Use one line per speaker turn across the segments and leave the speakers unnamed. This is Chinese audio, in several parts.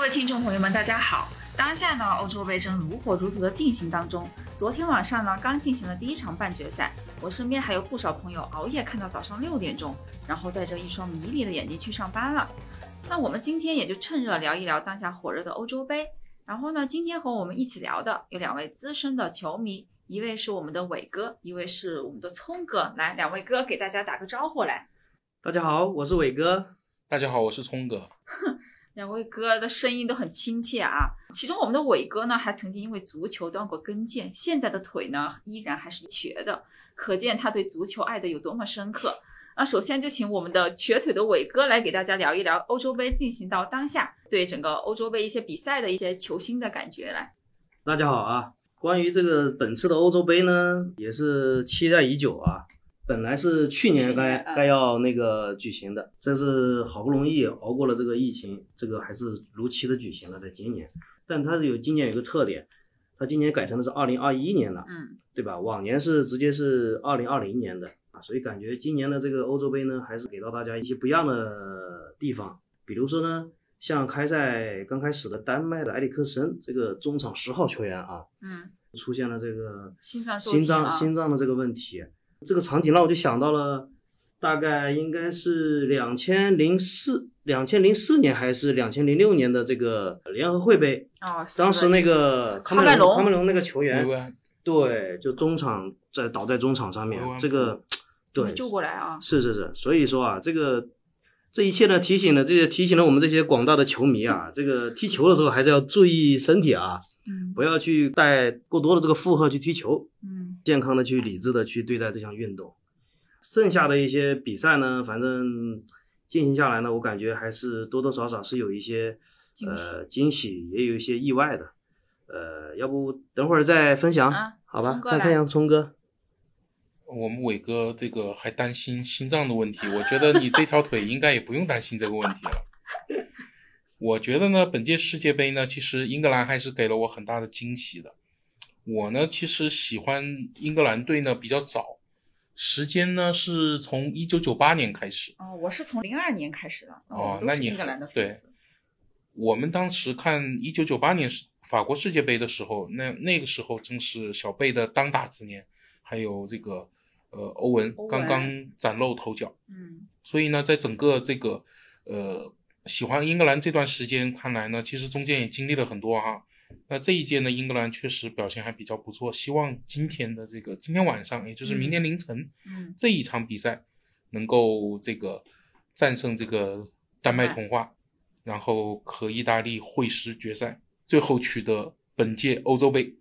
位听众朋友们，大家好。当下呢，欧洲杯正如火如荼的进行当中。昨天晚上呢，刚进行了第一场半决赛，我身边还有不少朋友熬夜看到早上六点钟，然后带着一双迷离的眼睛去上班了。那我们今天也就趁热聊一聊当下火热的欧洲杯。然后呢，今天和我们一起聊的有两位资深的球迷，一位是我们的伟哥，一位是我们的聪哥。来，两位哥给大家打个招呼来。
大家好，我是伟哥。
大家好，我是聪哥。
两位哥的声音都很亲切啊。其中我们的伟哥呢，还曾经因为足球断过跟腱，现在的腿呢依然还是瘸的，可见他对足球爱的有多么深刻。那首先就请我们的瘸腿的伟哥来给大家聊一聊欧洲杯进行到当下对整个欧洲杯一些比赛的一些球星的感觉来。
大家好啊，关于这个本次的欧洲杯呢，也是期待已久啊。本来是去年该
去年嗯
该要那个举行的，但是好不容易熬过了这个疫情，这个还是如期的举行了，在今年。但它是有今年有个特点，它今年改成的是二零二一年了，
嗯，
对吧？往年是直接是二零二零年的啊，所以感觉今年的这个欧洲杯呢，还是给到大家一些不一样的地方。比如说呢，像开赛刚开始的丹麦的埃里克森这个中场十号球员啊，
嗯，
出现了这个
心脏骤
心
停啊
脏心脏的这个问题，这个场景让我就想到了，大概应该是两千零四两千零四年还是两千零六年的这个联合会杯，
哦，
当时那个
斯
喀
文
麦隆
喀麦隆
喀麦隆那个球员
薇薇，
对，就中场在倒在中场上面
维文，
这个对
没救过来啊。
是是是，所以说啊，这个这一切呢，提醒了这些提醒了我们这些广大的球迷啊，这个踢球的时候还是要注意身体啊，
嗯
不要去带过多的这个负荷去踢球，
嗯，
健康的去理智的去对待这项运动。剩下的一些比赛呢，反正进行下来呢，我感觉还是多多少少是有一些
惊喜
呃惊喜，也有一些意外的。呃，要不等会儿再分享，
啊
好吧
聪？哥
看
来
看一下聪哥。
我们伟哥这个还担心心脏的问题，我觉得你这条腿应该也不用担心这个问题了。 我觉得呢，本届世界杯呢，其实英格兰还是给了我很大的惊喜的。我呢，其实喜欢英格兰队呢比较早，时间呢是从一九九八年开始。
哦，我是从零二年开始的。
哦
我都
那
是
你
英格兰的粉
对
丝
我们当时看一九九八年世法国世界杯的时候，那那个时候正是小贝的当打之年，还有这个呃欧文
欧文
刚刚崭露头角，
嗯
所以呢，在整个这个呃喜欢英格兰这段时间看来呢，其实中间也经历了很多哈。那这一届呢，英格兰确实表现还比较不错，希望今天的这个今天晚上，也就是明天凌晨、
嗯
这一场比赛能够这个战胜这个丹麦童话，然后和意大利会师决赛，最后取得本届欧洲杯。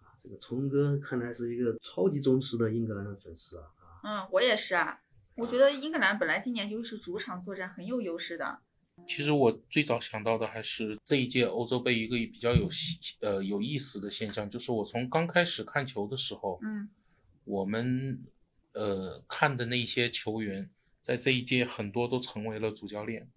啊这个聪哥看来是一个超级忠实的英格兰的粉丝啊，
嗯，我也是啊。我觉得英格兰本来今年就是主场作战很有优势的。
其实我最早想到的还是这一届欧洲杯一个比较有戏呃有意思的现象，就是我从刚开始看球的时候，
嗯
我们呃看的那些球员，在这一届很多都成为了主教练，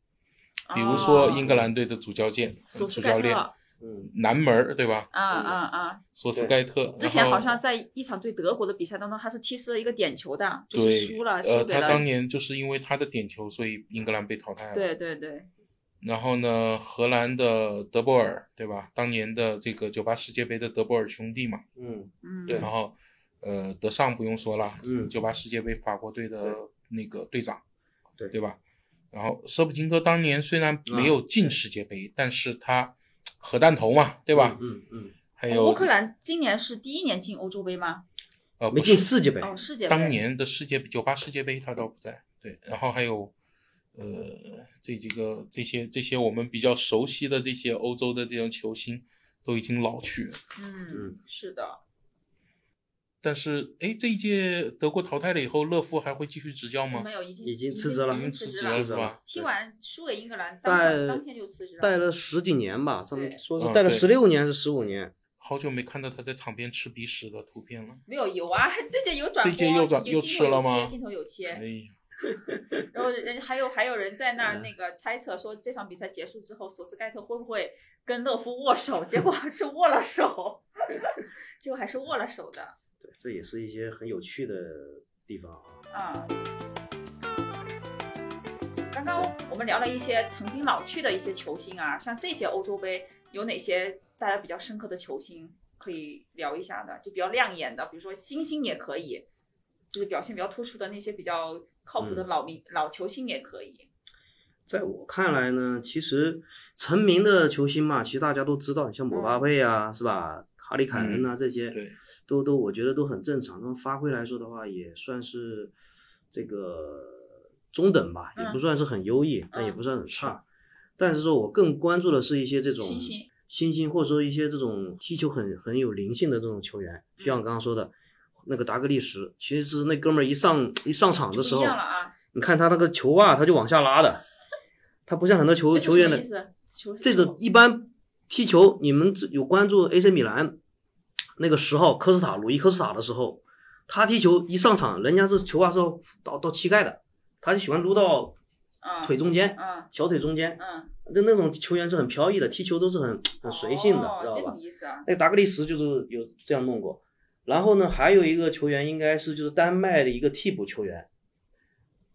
比如说英格兰队的主教练，
哦
呃
索斯
主
盖
教
特，
练
嗯，
南门儿对吧？
啊啊啊！
索斯盖特，
之前
然后
好像在一场对德国的比赛当中，他是踢失了一个点球的，就是
对
输了，
呃，
输给
他
了。
当年就是因为他的点球，所以英格兰被淘汰了。，
对对对，
然后呢，荷兰的德波尔，对吧？当年的这个九八世界杯的德波尔兄弟嘛，
嗯
嗯，
对
然后呃，德尚不用说了，
嗯
九八世界杯法国队的那个队长，
对
对吧？然后舍甫琴科当年虽然
嗯
没有进世界杯，但是他核弹头嘛，
对
对吧？
嗯嗯，
还
哎
有
乌克兰今年是第一年进欧洲杯吗？
呃，
啊没
不
进
是
世界杯，
哦，世界杯。
当年的世界九八世界杯他倒不在，对，然后还有，呃，这几个这些这些我们比较熟悉的这些欧洲的这种球星都已经老去了，
嗯
嗯，
是的，
但是哎，这一届德国淘汰了以后，勒夫还会继续执教吗？
没有已经
已经辞职了
已
已
经
经
辞
辞
职
职
了
了
是
是
吧
吧？
踢完输给英格兰，当
带
场当天就辞职
带
了。
了十几年吧，上
对
说
嗯
是带了
对
十六年还是十五年，
好久没看到他在场边吃鼻屎的图片了。
没有油啊， 这些有转播，
这届又转
有
又
镜头
吃了
有
吗
切镜头有切，
哎呀，
然后人还有还有人在那
嗯
儿那个猜测说这场比赛结束之后，索斯盖特会不会跟勒夫握手？结果是握了手， 结果还是握了手的
对，这也是一啊些很有趣的地方啊。
啊。刚刚我们聊了一些曾经老去的一些球星啊，像这些欧洲杯有哪些大家比较深刻的球星可以聊一下的，就比较亮眼的，比如说新星也可以，就是表现比较突出的那些比较靠
嗯
谱的老明、老球星也可以。
在我看来呢，其实成名的球星嘛，其实大家都知道，像姆巴佩啊，是吧？哈里凯恩啊，这些，
对，
都都我觉得都很正常。那么发挥来说的话，也算是这个中等吧，
嗯
也不算是很优异，但也不算很差。但是说我更关注的是一些这种
新星
新星，或者说一些这种踢球很很有灵性的这种球员，就像我刚刚说的。那个达格利什，其实那哥们儿一上一上场的时
就不
候
一，样了啊，
你看他那个球袜，他就往下拉的，他不像很多球
这是
球
什
员
么
的
意，思球
这种一般踢球，你们只有关注 AC 米兰那个十号科斯塔鲁伊科斯塔的时候，他踢球一上场，人家是球袜是要到到膝盖的，他就喜欢撸到
嗯
腿中间、
嗯
小腿中间。
嗯
那那种球员是很飘逸的，踢球都是很很随性的，
哦
知道
这
吧？
种意思啊，
那达格利什就是有这样弄过。然后呢，还有一个球员应该是就是丹麦的一个替补球员，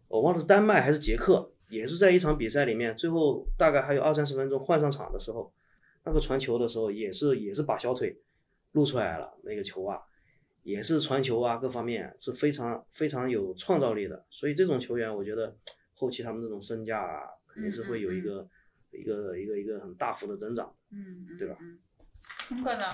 我忘了是丹麦还是捷克，也是在一场比赛里面，最后大概还有二三十分钟换上场的时候，那个传球的时候也是也是把小腿露出来了，那个球啊，也是传球啊各方面是非常非常有创造力的。所以这种球员，我觉得后期他们这种身价、啊、肯定是会有一个、一个一个一个很大幅的增长。
嗯，嗯
对吧？
嗯，聪哥呢，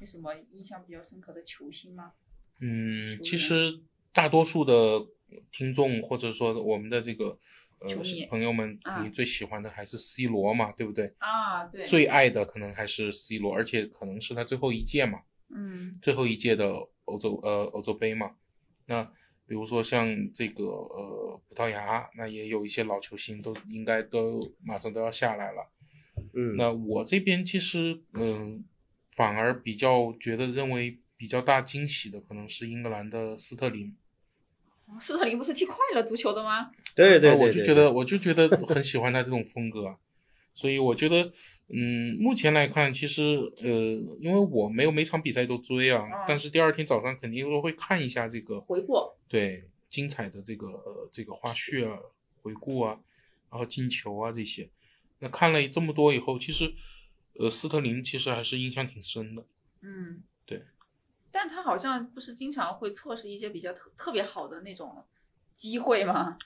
有什么印象比较深刻的球星吗？
嗯，
球
其
员
实大多数的听众或者说我们的这个呃
球迷
朋友们，
啊
肯定最喜欢的还是 C 罗嘛，对不对？
啊，对，
最爱的可能还是 C 罗，而且可能是他最后一届嘛，
嗯
最后一届的欧洲呃欧洲杯嘛。那比如说像这个呃葡萄牙，那也有一些老球星都应该都马上都要下来了。
嗯，
那我这边其实嗯，反而比较觉得认为比较大惊喜的可能是英格兰的斯特林。
哦斯特林不是踢快乐足球的吗？
对对对
啊我
对
就
对
觉得我就觉得很喜欢他这种风格啊，所以我觉得，嗯，目前来看，其实呃，因为我没有每场比赛都追啊，
嗯
但是第二天早上肯定都会看一下这个
回过，
对精彩的这个呃这个花絮啊、回顾啊，然后进球啊这些。那看了这么多以后，其实呃斯特林其实还是印象挺深的。
嗯，
对。
但他好像不是经常会错失一些比较特特别好的那种机会吗？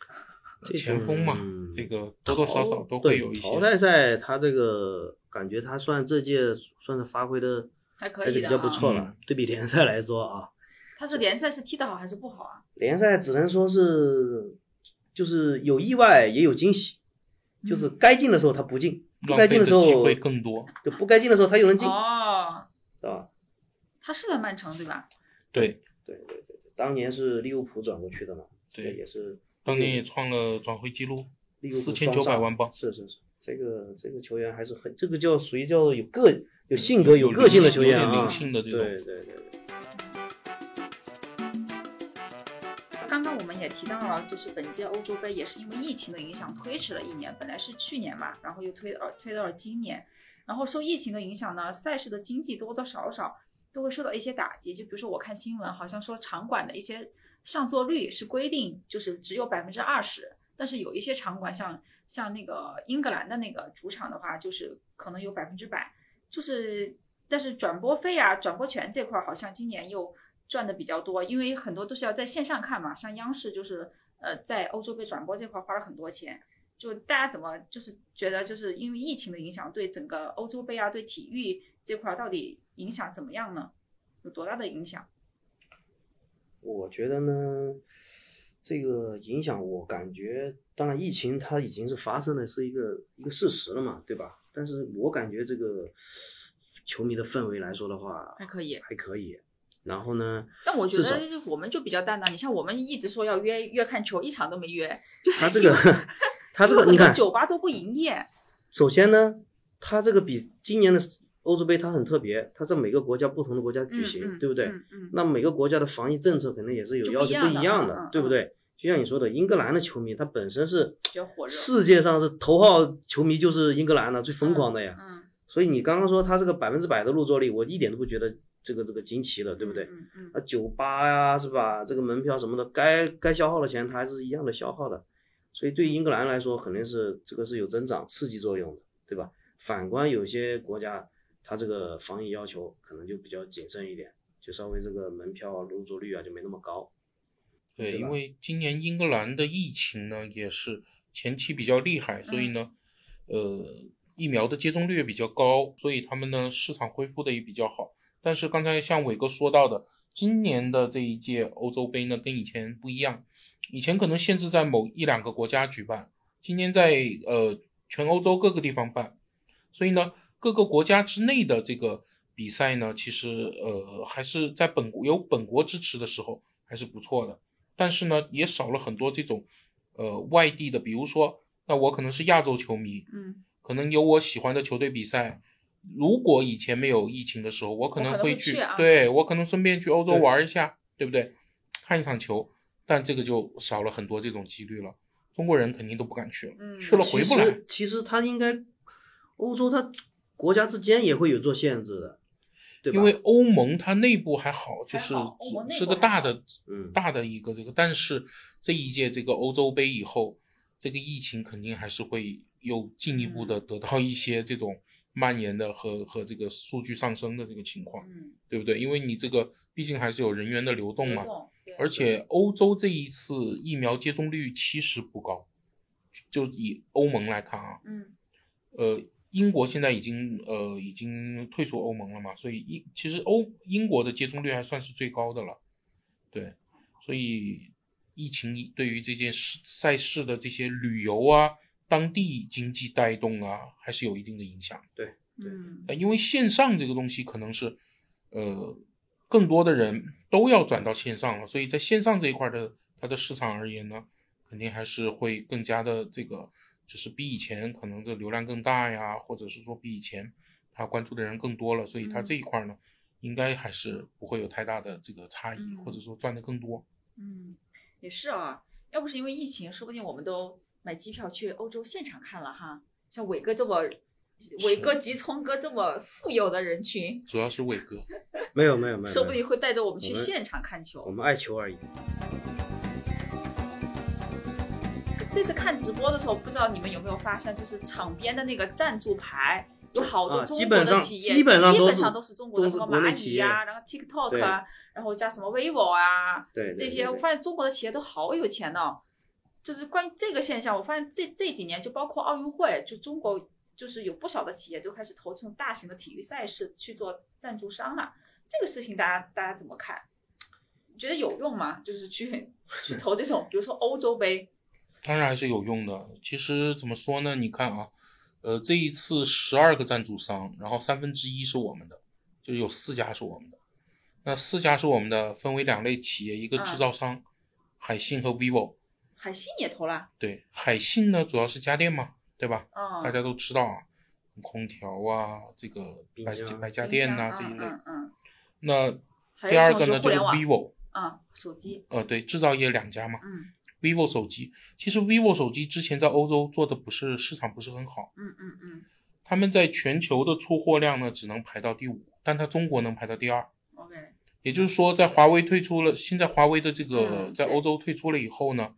这
前锋嘛，
种
这个多多少少都会有一些
淘汰赛，他这个感觉他算这届算是发挥的
还可
还是
以
比
的
较不
啊。
错了，
嗯
对比联赛来说啊，
他是联赛是踢得好还是不好啊？
联赛只能说是就是有意外也有惊喜，就是
嗯
该进的时候他不进，不
浪
该
费
进
的
时候
机会更多。
就不该进的时候他又能进，
哦，
是吧？
他是在曼城对吧？
对
对对对，对当年是利物浦转过去的嘛，这
对，
也是
当年也创了转会记录。
利物浦
4900
双煞
万镑
是是是，这个这个球员还是很这个叫属于叫有个有性格
嗯有
有
有
个性的
灵
球员
有点
啊，
灵性的这种
对对对。对
刚刚我们也提到了，就是本届欧洲杯也是因为疫情的影响推迟了一年，本来是去年嘛，然后又推呃推到了今年。然后受疫情的影响呢，赛事的经济多多少少都会受到一些打击。就比如说我看新闻，好像说场馆的一些上座率是规定就是只有百分之二十，但是有一些场馆像像那个英格兰的那个主场的话，就是可能有百分之百，就是但是转播费啊、转播权这块儿好像今年又赚的比较多，因为很多都是要在线上看嘛，像央视就是呃在欧洲杯转播这块儿花了很多钱。就大家怎么就是觉得就是因为疫情的影响，对整个欧洲杯啊，对体育这块儿到底影响怎么样呢？有多大的影响？
我觉得呢，这个影响我感觉，当然疫情它已经是发生了，是一个一个事实了嘛，对吧？但是我感觉这个球迷的氛围来说的话，
还可以，
还可以。然后呢，
但我觉
至少
得我们就比较淡淡。你像我们一直说要约约看球，一场都没约， 就是
他 这个他这
因为
个
很
你
多
看，
酒吧都不营业，
首先呢，它这个比今年的欧洲杯它很特别，它在每个国家不同的国家举行，
嗯嗯、
对不对？
嗯嗯
那每个国家的防疫政策肯定也是有
就不
要求
一
不
样的
一样
嗯嗯
的，对不对？就像你说的，英格兰的球迷他本身是
比较火热
世界上是头号球迷就是英格兰的最疯狂的呀。
嗯，
所以你刚刚说他这个百分之百的入座率，我一点都不觉得这个这个惊奇了，对不对？
嗯嗯
啊，酒吧呀、是吧？这个门票什么的，该该消耗的钱他还是一样的消耗的。所以对英格兰来说，肯定是这个是有增长刺激作用的，对吧？反观有些国家，它这个防疫要求可能就比较谨慎一点，就稍微这个门票啊、入座率啊就没那么高。
对，
对吧
因为今年英格兰的疫情呢也是前期比较厉害，所
嗯
以呢，呃，疫苗的接种率也比较高，所以他们呢市场恢复的也比较好。但是刚才像伟哥说到的，今年的这一届欧洲杯呢跟以前不一样，以前可能限制在某一两个国家举办，今年在呃全欧洲各个地方办，所以呢，各个国家之内的这个比赛呢，其实呃还是在本国有本国支持的时候还是不错的。但是呢，也少了很多这种，呃，外地的，比如说，那我可能是亚洲球迷，
嗯，
可能有我喜欢的球队比赛。如果以前没有疫情的时候，我可
我
能
可能
会
会
去，
去啊
对我可能顺便去欧洲
对
玩一下，对不对？看一场球，但这个就少了很多这种几率了。中国人肯定都不敢去了，
嗯
去了回不来。
其实其实它应该，欧洲它国家之间也会有做限制的，对吧？
因为欧盟它内部还好，就是
还好欧盟内部
是个
还好
大的
嗯，
大的一个这个，但是这一届这个欧洲杯以后，这个疫情肯定还是会又进一步的得到一些这种蔓延的和和这个数据上升的这个情况，
嗯，
对不对？因为你这个毕竟还是有人员的流动嘛，
流动，对
而且欧洲这一次疫苗接种率其实不高，就以欧盟来看啊，
嗯
呃，英国现在已经呃已经退出欧盟了嘛，所以英其实欧英国的接种率还算是最高的了，对，所以疫情对于这件事赛事的这些旅游啊、当地经济带动啊，还是有一定的影响。
对哎
嗯，
呃但因为线上这个东西可能是，呃，更多的人都要转到线上了，所以在线上这一块的它的市场而言呢，肯定还是会更加的这个，就是比以前可能这流量更大呀，或者是说比以前他关注的人更多了，所以它
嗯
这一块呢，应该还是不会有太大的这个差异，
嗯
或者说赚的更多。
嗯，也是啊，要不是因为疫情，说不定我们都买机票去欧洲现场看了哈。像伟哥这么，伟哥、吉聪哥这么富有的人群，
主要是伟哥，
没有没有没有，
说不
没有
定会带着我们去
我们
现场看
我
球。
们爱球而已。
这次看直播的时候，不知道你们有没有发现，就是场边的那个赞助牌。有好多
啊
中
基
国
本
的
上
企业，基
基本上都是
都是中国的，
都是
什么
国内
蚂
企
蚁
业
呀、然后 TikTok
对
啊，然后叫什么 vivo 啊，
对对
这
对
些，我
对
发现中国的企业都好有钱呢。就是关于这个现象，我发现这这几年就包括奥运会，就中国就是有不少的企业就开始投这种大型的体育赛事去做赞助商了。这个事情大家大家怎么看？你觉得有用吗？就是 去去投这种，比如说欧洲杯，
当然还是有用的。其实怎么说呢？你看啊，呃，这一次十二个赞助商，然后三分之一是我们的，就有四家是我们的。那四家是我们的，分为两类企业，一个
嗯
制造商，海信和 vivo。
海信也投了，
对，海信呢主要是家电嘛，对吧？
嗯，
大家都知道啊，空调啊，这个
冰
白
箱啊
白家电呐、
冰
这
箱
一类。
嗯嗯，
那
还
第
有
二
一
个
种
呢
是互
就是
联网，
vivo，
嗯，手机，
呃，对，制造业两家嘛。
嗯
vivo 手机，其实 vivo 手机之前在欧洲做的不是市场不是很好。
嗯嗯嗯
他们在全球的出货量呢，只能排到第五，但它中国能排到第二。
，OK，
也就是说，在华为退出了，现在华为的这个
嗯
在欧洲退出了以后呢，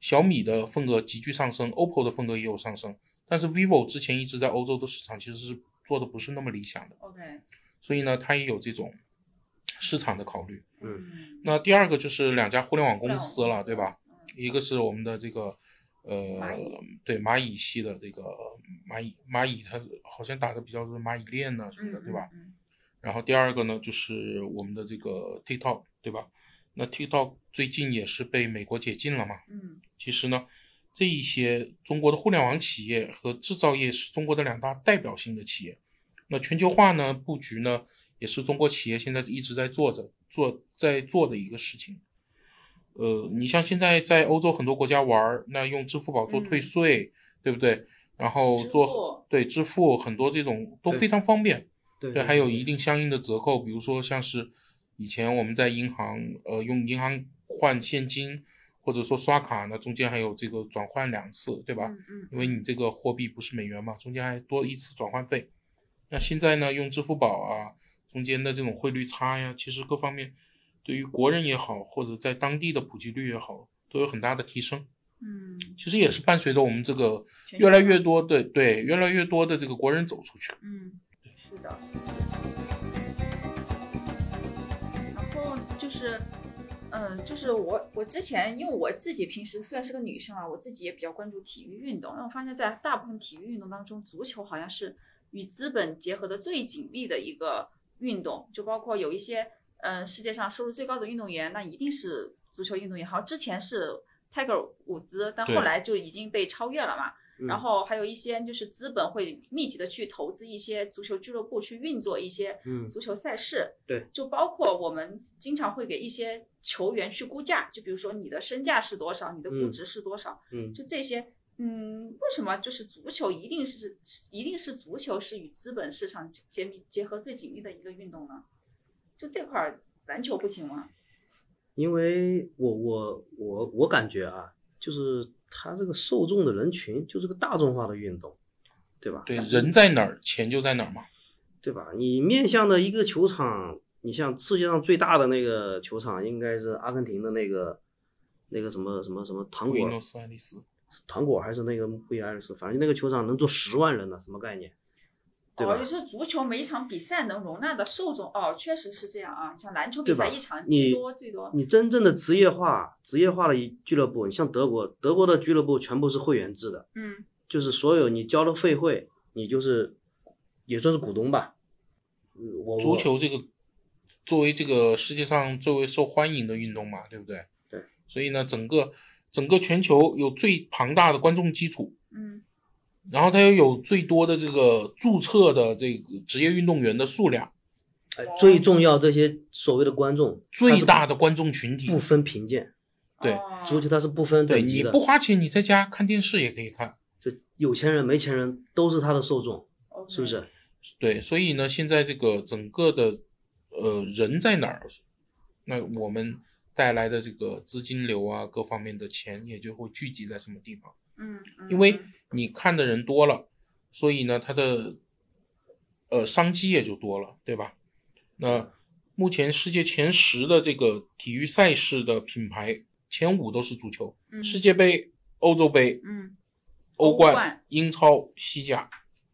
小米的份额急剧上升，OPPO 的份额也有上升，但是 vivo 之前一直在欧洲的市场其实是做的不是那么理想的，
OK，
所以呢，它也有这种市场的考虑。
嗯，
那第二个就是两家互联网公司了，对吧？
嗯？
一个是我们的这个呃
蚂蚁
对蚂蚁系的这个蚂蚁蚂蚁，它好像打的比较是蚂蚁链呐、什么
嗯
的，对吧？？
嗯嗯
然后第二个呢，就是我们的这个 TikTok，对吧？那 TikTok 最近也是被美国解禁了嘛。
嗯
其实呢，这一些中国的互联网企业和制造业是中国的两大代表性的企业。那全球化呢布局呢，也是中国企业现在一直在做着做在做的一个事情。呃，你像现在在欧洲很多国家玩儿，那用支付宝做退
嗯
税，对不对？然后
支
做
付
对支付很多这种都
对
非常方便。
对
对，还有一定相应的折扣，比如说像是以前我们在银行，呃，用银行换现金，或者说刷卡呢，中间还有这个转换两次，对吧？
嗯嗯，
因为你这个货币不是美元嘛，中间还多一次转换费。那现在呢，用支付宝啊，中间的这种汇率差呀，其实各方面对于国人也好，或者在当地的普及率也好，都有很大的提升。
嗯，
其实也是伴随着我们这个
全球
越来
化
越多的对越来越多的这个国人走出去。
嗯，是的。然后就是，嗯，就是我我之前因为我自己平时虽然是个女生啊，我自己也比较关注体育运动，但我发现在大部分体育运动当中，足球好像是与资本结合的最紧密的一个运动，就包括有一些嗯世界上收入最高的运动员，那一定是足球运动员，好像之前是泰戈尔伍兹，但
对
后来就已经被超越了嘛。
嗯
然后还有一些就是资本会密集的去投资一些足球俱乐部，去运作一些
嗯
足球赛事。
对，
就包括我们经常会给一些球员去估价，就比如说你的身价是多少，你的估值是多少，
嗯，
就这些。嗯，为什么就是足球一定是一定是足球是与资本市场结密结合最紧密的一个运动呢？就这块儿篮球不行吗？
因为我我我我感觉啊，就是它这个受众的人群就是个大众化的运动，对吧？
对，人在哪儿，钱就在哪儿嘛。
对吧？你面向的一个球场，你像世界上最大的那个球场，应该是阿根廷的那个那个什么什么什么糖
布宜
果
诺斯艾利斯，
糖果还是那个布宜诺斯，反正那个球场能坐十万人呢，什么概念？对吧
哦，就是足球每一场比赛能容纳的受众哦，确实是这样啊。像篮球比赛
对吧
一场
你
最多最多，
你真正的职业化、职业化的一俱乐部，你像德国，德国的俱乐部全部是会员制的，
嗯
就是所有你交了费会，你就是也算是股东吧。呃我
足
我
球这个作为这个世界上最为受欢迎的运动嘛，对不对？
对。
所以呢，整个整个全球有最庞大的观众基础，
嗯
然后它又有最多的这个注册的这个职业运动员的数量，
哎最重要这些所谓的观众，
最大
它
的观众群
是
体
不。分贫贱，
对
哦
足球它是不分
对，
等级
你
的。
不花钱，你在家看电视也可以看。
就有钱人、没钱人都是他的受众，
OK
是不是？
对，所以呢，现在这个整个的呃人在哪儿，那我们带来的这个资金流啊，各方面的钱也就会聚集在什么地方。
嗯，嗯
因为
嗯
你看的人多了，所以呢，它的呃商机也就多了，对吧？那目前世界前十的这个体育赛事的品牌，前五都是足球，
嗯
世界杯、欧洲杯、
嗯
欧
欧冠
英超、西甲。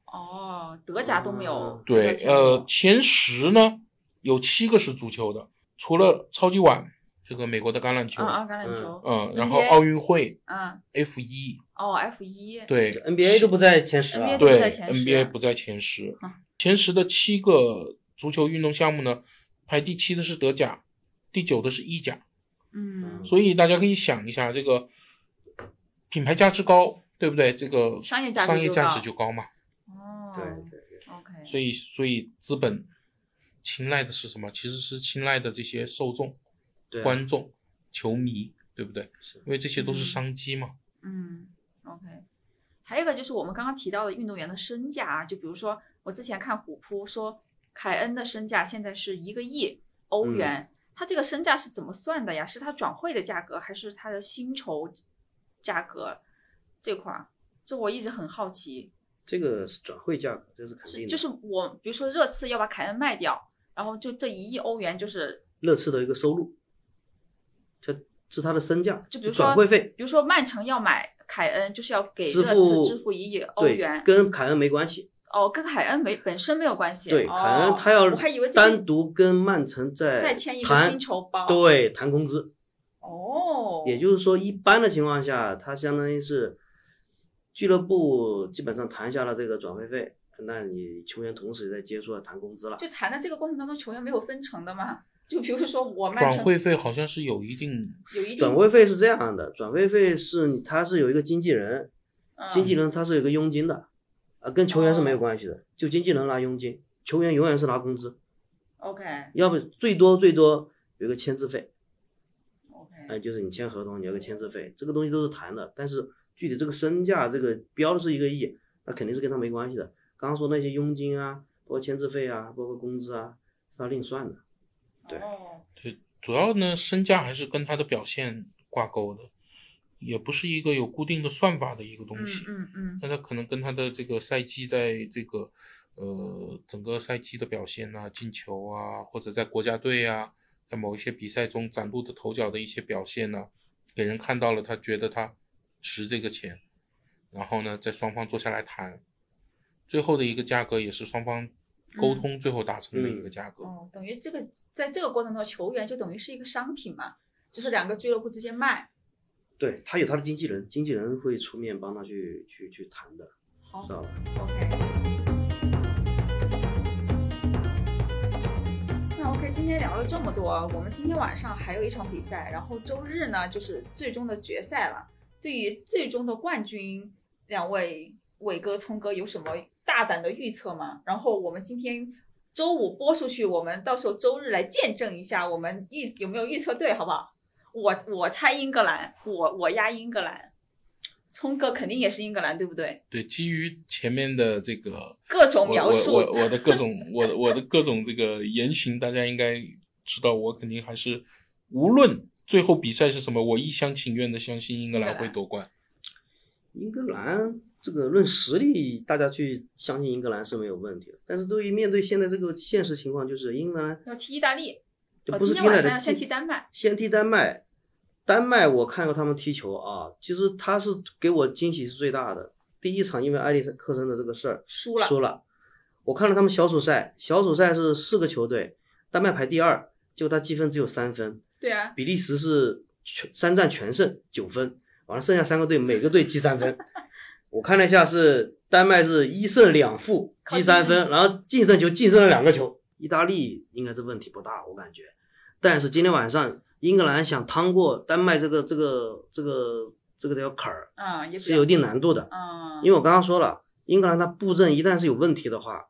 哦，德甲都没有
啊
对，呃，，前十呢有七个是足球的，除了超级碗这个美国的橄榄球，
啊啊，橄榄球，
嗯，然后
NBA
奥运会
嗯
F 一，
哦，F 一，
对
NBA 都不在前十啊
NBA 都不
对
在前十
NBA 不在前十
啊，
前十的七个足球运动项目呢，排第七的是德甲，第九的是意甲，
嗯，
所以大家可以想一下这个品牌价值高，对不对？这个
商业价值
商业
就
价
高
值就高嘛，
哦，
对对对，
，OK，
所以所以资本青睐的是什么？其实是青睐的这些受众。
对啊
观众、球迷，对不对？
是
因为这些都是
嗯
商机嘛。
嗯，OK。还有一个就是我们刚刚提到的运动员的身价啊，就比如说我之前看虎扑说，凯恩的身价现在是一个亿欧元，他这个身价是怎么算的呀？是他转会的价格，还是他的薪酬价格这块儿？就我一直很好奇，
这个是转会价格，这是肯定
是
的。
就是我比如说热刺要把凯恩卖掉，然后就这一亿欧元就是。
热刺的一个收入，这是他的身价，
就比如说
转会费，
比如说，曼城要买凯恩，就是要给
支
热刺
付
支付一亿欧元
对，。跟凯恩没关系。
哦，跟凯恩没本身没有关系。
对，
哦
凯恩他要
我还以为这是
单独跟曼城在
再签一个
谈
薪酬包。
对谈工资，
哦，
也就是说一般的情况下，他相当于是俱乐部基本上谈下了这个转会费，那你球员同时也在接触了谈工资了。
就谈的这个过程当中，球员没有分成的嘛？就比如说我曼
转
城
会费好像是有一定，
有一定
转会费是这样的，转会费是他是有一个经纪人，
嗯
经纪人他是有一个佣金的，啊，跟球员是没有关系的，就经纪人拿佣金，球员永远是拿工资，
OK
要不最多最多有一个签字费，
OK，
哎、就是你签合同你有个签字费，这个东西都是谈的，但是具体这个身价这个标的是一个亿，那肯定是跟他没关系的。刚刚说那些佣金啊，包括签字费啊，包括工资啊，是他另算的。对
哦
主要呢身价还是跟他的表现挂钩的，也不是一个有固定的算法的一个东
嗯
西。
嗯嗯，
那他可能跟他的这个赛季在这个呃整个赛季的表现啊、进球啊，或者在国家队啊，在某一些比赛中崭露的头角的一些表现呢、给人看到了，他觉得他值这个钱，然后呢，在双方坐下来谈，最后的一个价格也是双方沟
嗯
通最后达成的一个价格。
哦，等于这个在这个过程中，球员就等于是一个商品嘛，就是两个俱乐部之间卖。
对他有他的经纪人，经纪人会出面帮他去去去谈的，
好
知道吧？
，OK。那 OK，今天聊了这么多，我们今天晚上还有一场比赛，然后周日呢就是最终的决赛了。对于最终的冠军，两位伟哥、聪哥有什么大胆的预测吗？然后我们今天周五播出去，我们到时候周日来见证一下，我们预有没有预测对，好不好？我我猜英格兰，我我压英格兰，聪哥肯定也是英格兰，对不对？
对，基于前面的这个
各 种
我
描述，
我我我的各种我的我的各种这个言行，大家应该知道，我肯定还是无论最后比赛是什么，我一厢情愿的相信英格兰会夺冠。
英格兰这个论实力，大家去相信英格兰是没有问题的。但是对于面对现在这个现实情况，就是英格兰
要踢意大利，
就
哦
不是
今
踢
天晚
奶
上要
的，
先踢丹麦，
先踢丹麦。丹麦我看过他们踢球啊，其实他是给我惊喜是最大的。第一场因为埃里克森的这个事儿
输了，
输了，我看了他们小组赛，小组赛是四个球队，丹麦排第二，结果他积分只有三分，
对啊，
比利时是全三战全胜九分，完了剩下三个队每个队积三分。我看了一下是丹麦是一胜两负
靠
积
近
三分，然后净胜球净胜了两个球。意大利应该这问题不大，我感觉。但是今天晚上英格兰想趟过丹麦这个这个这个这个条坎儿
嗯，也比
是
较
有一定难度的，
嗯，
因为我刚刚说了，英格兰它布阵一旦是有问题的话，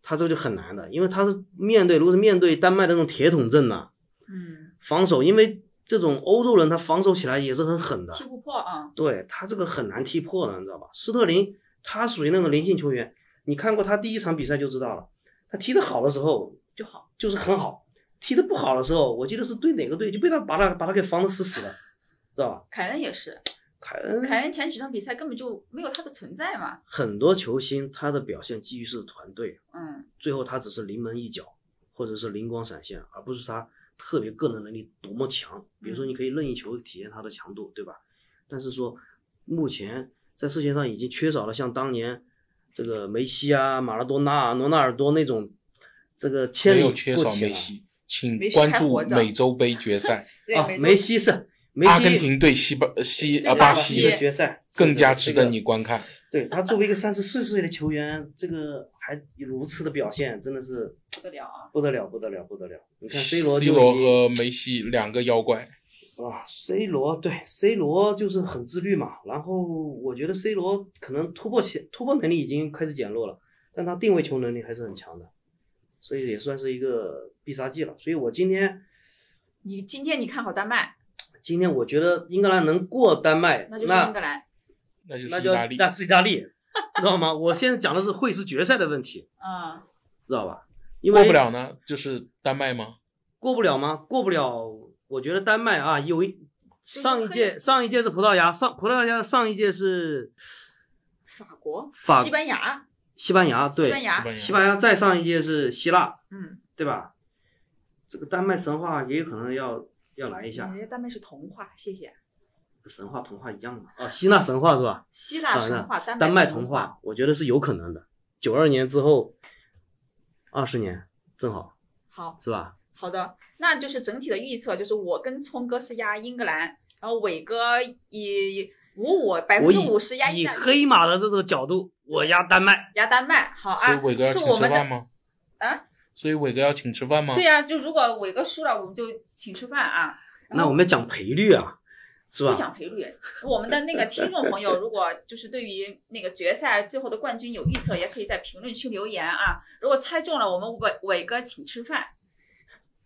它这个就很难的，因为它是面对如果是面对丹麦的那种铁桶阵呐、
嗯，
防守，因为这种欧洲人他防守起来也是很狠的，
踢不破啊，
对他这个很难踢破的，你知道吧？斯特林他属于那种灵性球员，你看过他第一场比赛就知道了，他踢得好的时候
就好，
就是很好，踢得不好的时候，我记得是对哪个队就被他把他把他给防得死死的，知道吧？
凯恩也是，
凯恩
凯恩前几场比赛根本就没有他的存在嘛，
很多球星他的表现基于是团队，
嗯，
最后他只是临门一脚或者是灵光闪现，而不是他特别个人能力多么强。比如说，你可以任意球体现他的强度，对吧？但是说，目前在世界上已经缺少了像当年这个梅西啊、马拉多纳、啊、罗纳尔多那种这个千
没
里
有缺
过
少
体
梅
了
西，请
梅西
关
还
注
活着
美洲杯决赛，
对，
啊，
没
梅西是 梅西，
阿根廷对西巴西
对
呃
巴
巴
西
西
的决赛是
更
是
加
这
值
个
得你观看。
对他作为一个三十四岁的球员，这个还如此的表现，真的是
不得了啊，
不得了，不得了，不得了！你看
C
C 罗就
罗
已经
和梅西两个妖怪，
啊，C 罗对 C 罗就是很自律嘛，然后我觉得 C 罗可能突破前突破能力已经开始减弱了，但他定位球能力还是很强的，所以也算是一个必杀技了。所以我今天
你今天你看好丹麦，
今天我觉得英格兰能过丹麦，
那
那
就是英格兰，
那就是
那
意大利
就。那是意大利， 知道吗？我现在讲的是会师决赛的问题，
嗯，
知道吧？因为
过不了呢，就是丹麦吗？
过不了吗？过不了，我觉得丹麦啊，有一
是
上一
黑
届上一届是葡萄牙，上葡萄牙上一届是
法国、
法
西班牙、
西班牙，对，
西班牙，
西
西
班牙
班牙再上一届是希腊，
嗯，
对吧？这个丹麦神话也有可能要要来一下啊
人，家丹麦是童话，谢谢，
神话童话一样嘛。哦，希腊神话是吧？
希腊神话，丹
丹麦
麦
童
话，
话，我觉得是有可能的。九二年之后，二十年正好
好
是吧？
好的，那就是整体的预测，就是我跟聪哥是压英格兰，然后伟哥以五五百分
我
之
以
五十压意
以
大利。
黑马的这种角度，我压丹麦。
压丹麦，好
所以
啊
伟哥，要
是
请
我
吃
们
饭
的
吗？
啊？
所以伟哥要请吃饭吗？
对呀、就如果伟哥输了，我们就请吃饭啊，
那我们讲赔率啊，是吧
不？讲赔率。我们的那个听众朋友，如果就是对于那个决赛最后的冠军有预测，也可以在评论区留言啊。如果猜中了，我们伟伟哥请吃饭。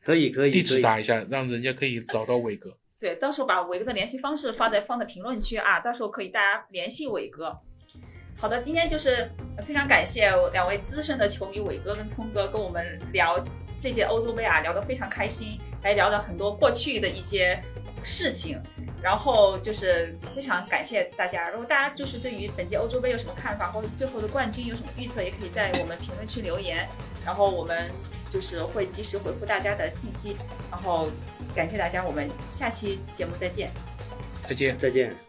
可以可以，
地址
可以
打一下，让人家可以找到伟哥。
对，到时候把伟哥的联系方式放在放在评论区啊，到时候可以大家联系伟哥。好的，今天就是非常感谢两位资深的球迷伟哥跟聪哥跟我们聊这届欧洲杯啊，聊得非常开心，来聊了很多过去的一些事情。然后就是非常感谢大家，如果大家就是对于本届欧洲杯有什么看法，或者最后的冠军有什么预测，也可以在我们评论区留言，然后我们就是会及时回复大家的信息。然后感谢大家，我们下期节目再见。
再见。
再见。